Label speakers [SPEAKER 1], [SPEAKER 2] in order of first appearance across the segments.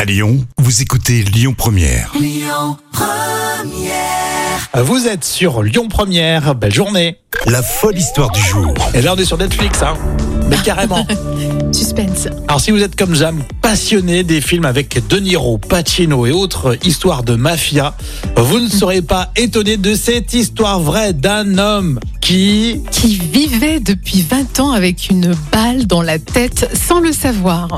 [SPEAKER 1] À Lyon, vous écoutez Lyon Première.
[SPEAKER 2] Vous êtes sur Lyon Première, belle journée.
[SPEAKER 1] La folle histoire du jour.
[SPEAKER 2] Et là on est sur Netflix, hein. Mais carrément.
[SPEAKER 3] Suspense.
[SPEAKER 2] Alors si vous êtes comme Jam, passionné des films avec De Niro, Pacino et autres histoires de mafia, vous ne serez pas étonné de cette histoire vraie d'un homme qui...
[SPEAKER 3] Qui vivait depuis 20 ans avec une balle dans la tête sans le savoir.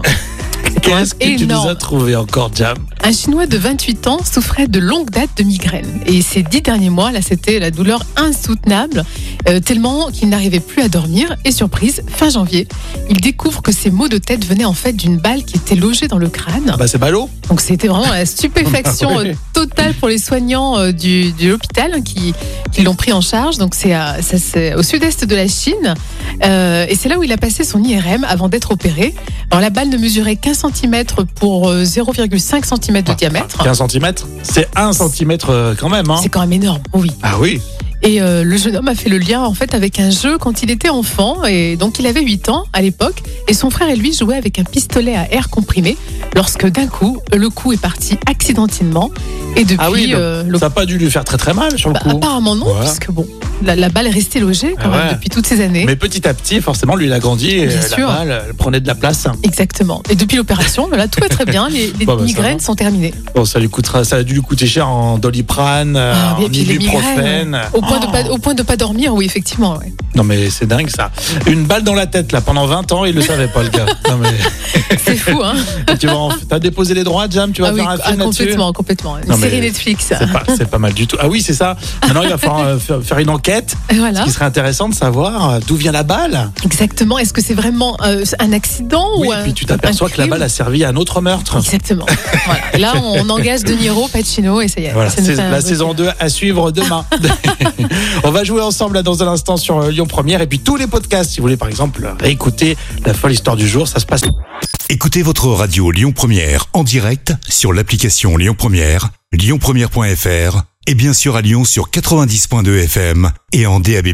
[SPEAKER 2] Qu'est-ce que tu nous
[SPEAKER 3] énorme.
[SPEAKER 2] as trouvé encore, Jam
[SPEAKER 3] Un Chinois de 28 ans souffrait de longue date de migraine. Et ces dix derniers mois, là, c'était la douleur insoutenable, euh, tellement qu'il n'arrivait plus à dormir. Et surprise, fin janvier, il découvre que ces maux de tête venaient en fait d'une balle qui était logée dans le crâne.
[SPEAKER 2] Ah bah c'est ballot
[SPEAKER 3] Donc c'était vraiment la stupéfaction
[SPEAKER 2] Ah ouais.
[SPEAKER 3] euh, totale pour les soignants euh, du, de l'hôpital hein, qui, qui l'ont pris en charge. Donc c'est à- ça, c'est au sud-est de la Chine. Euh, et c'est là où il a passé son IRM avant d'être opéré. Alors la balle ne mesurait qu'un centimètre pour euh, 0,5 cm
[SPEAKER 2] Ah,
[SPEAKER 3] de diamètre.
[SPEAKER 2] 15 cm C'est 1 cm quand même, hein
[SPEAKER 3] C'est quand même énorme, oui.
[SPEAKER 2] Ah oui
[SPEAKER 3] Et euh, le jeune homme a fait le lien en fait avec un jeu quand il était enfant et donc il avait 8 ans à l'époque et son frère et lui jouaient avec un pistolet à air comprimé lorsque d'un coup le coup est parti accidentellement et depuis
[SPEAKER 2] Ah oui, donc
[SPEAKER 3] euh, le-
[SPEAKER 2] Ça n'a pas dû lui faire très très mal sur le
[SPEAKER 3] Bah,
[SPEAKER 2] coup.
[SPEAKER 3] apparemment non
[SPEAKER 2] Ouais.
[SPEAKER 3] puisque bon la, la balle est restée logée quand
[SPEAKER 2] Ah
[SPEAKER 3] même
[SPEAKER 2] ouais.
[SPEAKER 3] depuis toutes ces années.
[SPEAKER 2] Mais petit à petit, forcément, lui, il a grandi et
[SPEAKER 3] Bien
[SPEAKER 2] la
[SPEAKER 3] sûr.
[SPEAKER 2] balle, elle prenait de la place.
[SPEAKER 3] Exactement. Et depuis l'opération, voilà, tout va très bien. Les, les
[SPEAKER 2] Bon, bah, ça
[SPEAKER 3] migraines sont terminées.
[SPEAKER 2] Bon, ça lui coûtera, ça a dû lui coûter cher en doliprane, euh,
[SPEAKER 3] Ah,
[SPEAKER 2] en
[SPEAKER 3] et puis les
[SPEAKER 2] ibuprofène.
[SPEAKER 3] Au point, de
[SPEAKER 2] Oh.
[SPEAKER 3] pas, au point de pas dormir, oui, effectivement. ouais.
[SPEAKER 2] Non, mais c'est dingue ça. Une balle dans la tête, là, pendant 20 ans, il le savait pas, le gars. Non, mais
[SPEAKER 3] C'est fou, hein
[SPEAKER 2] tu vas en- t'as déposé les droits, Jam, tu vas
[SPEAKER 3] Ah oui,
[SPEAKER 2] faire un
[SPEAKER 3] ah,
[SPEAKER 2] film là-dessus.
[SPEAKER 3] complètement, complètement. Une
[SPEAKER 2] Non, mais
[SPEAKER 3] série Netflix.
[SPEAKER 2] C'est pas, c'est pas mal du tout. Ah oui, c'est ça. Maintenant, il va falloir euh, faire faire une enquête.
[SPEAKER 3] Et Voilà.
[SPEAKER 2] Ce qui serait intéressant de savoir euh, d'où vient la balle.
[SPEAKER 3] Exactement. Est-ce que c'est vraiment euh, un accident
[SPEAKER 2] oui,
[SPEAKER 3] ou un,
[SPEAKER 2] puis tu t'aperçois
[SPEAKER 3] un
[SPEAKER 2] que la
[SPEAKER 3] crime
[SPEAKER 2] balle a servi à un autre meurtre.
[SPEAKER 3] Exactement. Voilà. Là, on, on engage De Niro, Pacino et ça y est.
[SPEAKER 2] Voilà,
[SPEAKER 3] ça nous
[SPEAKER 2] c'est
[SPEAKER 3] fait un
[SPEAKER 2] la
[SPEAKER 3] beau
[SPEAKER 2] saison
[SPEAKER 3] film.
[SPEAKER 2] 2 à suivre demain. On va jouer ensemble là, dans un instant sur euh, Lyon Première et puis tous les podcasts. Si vous voulez par exemple euh, réécouter la folle histoire du jour, ça se passe
[SPEAKER 1] Écoutez votre radio Lyon Première en direct sur l'application Lyon Première, lyonpremière.fr et bien sûr à Lyon sur 90.2 FM et en DAB+.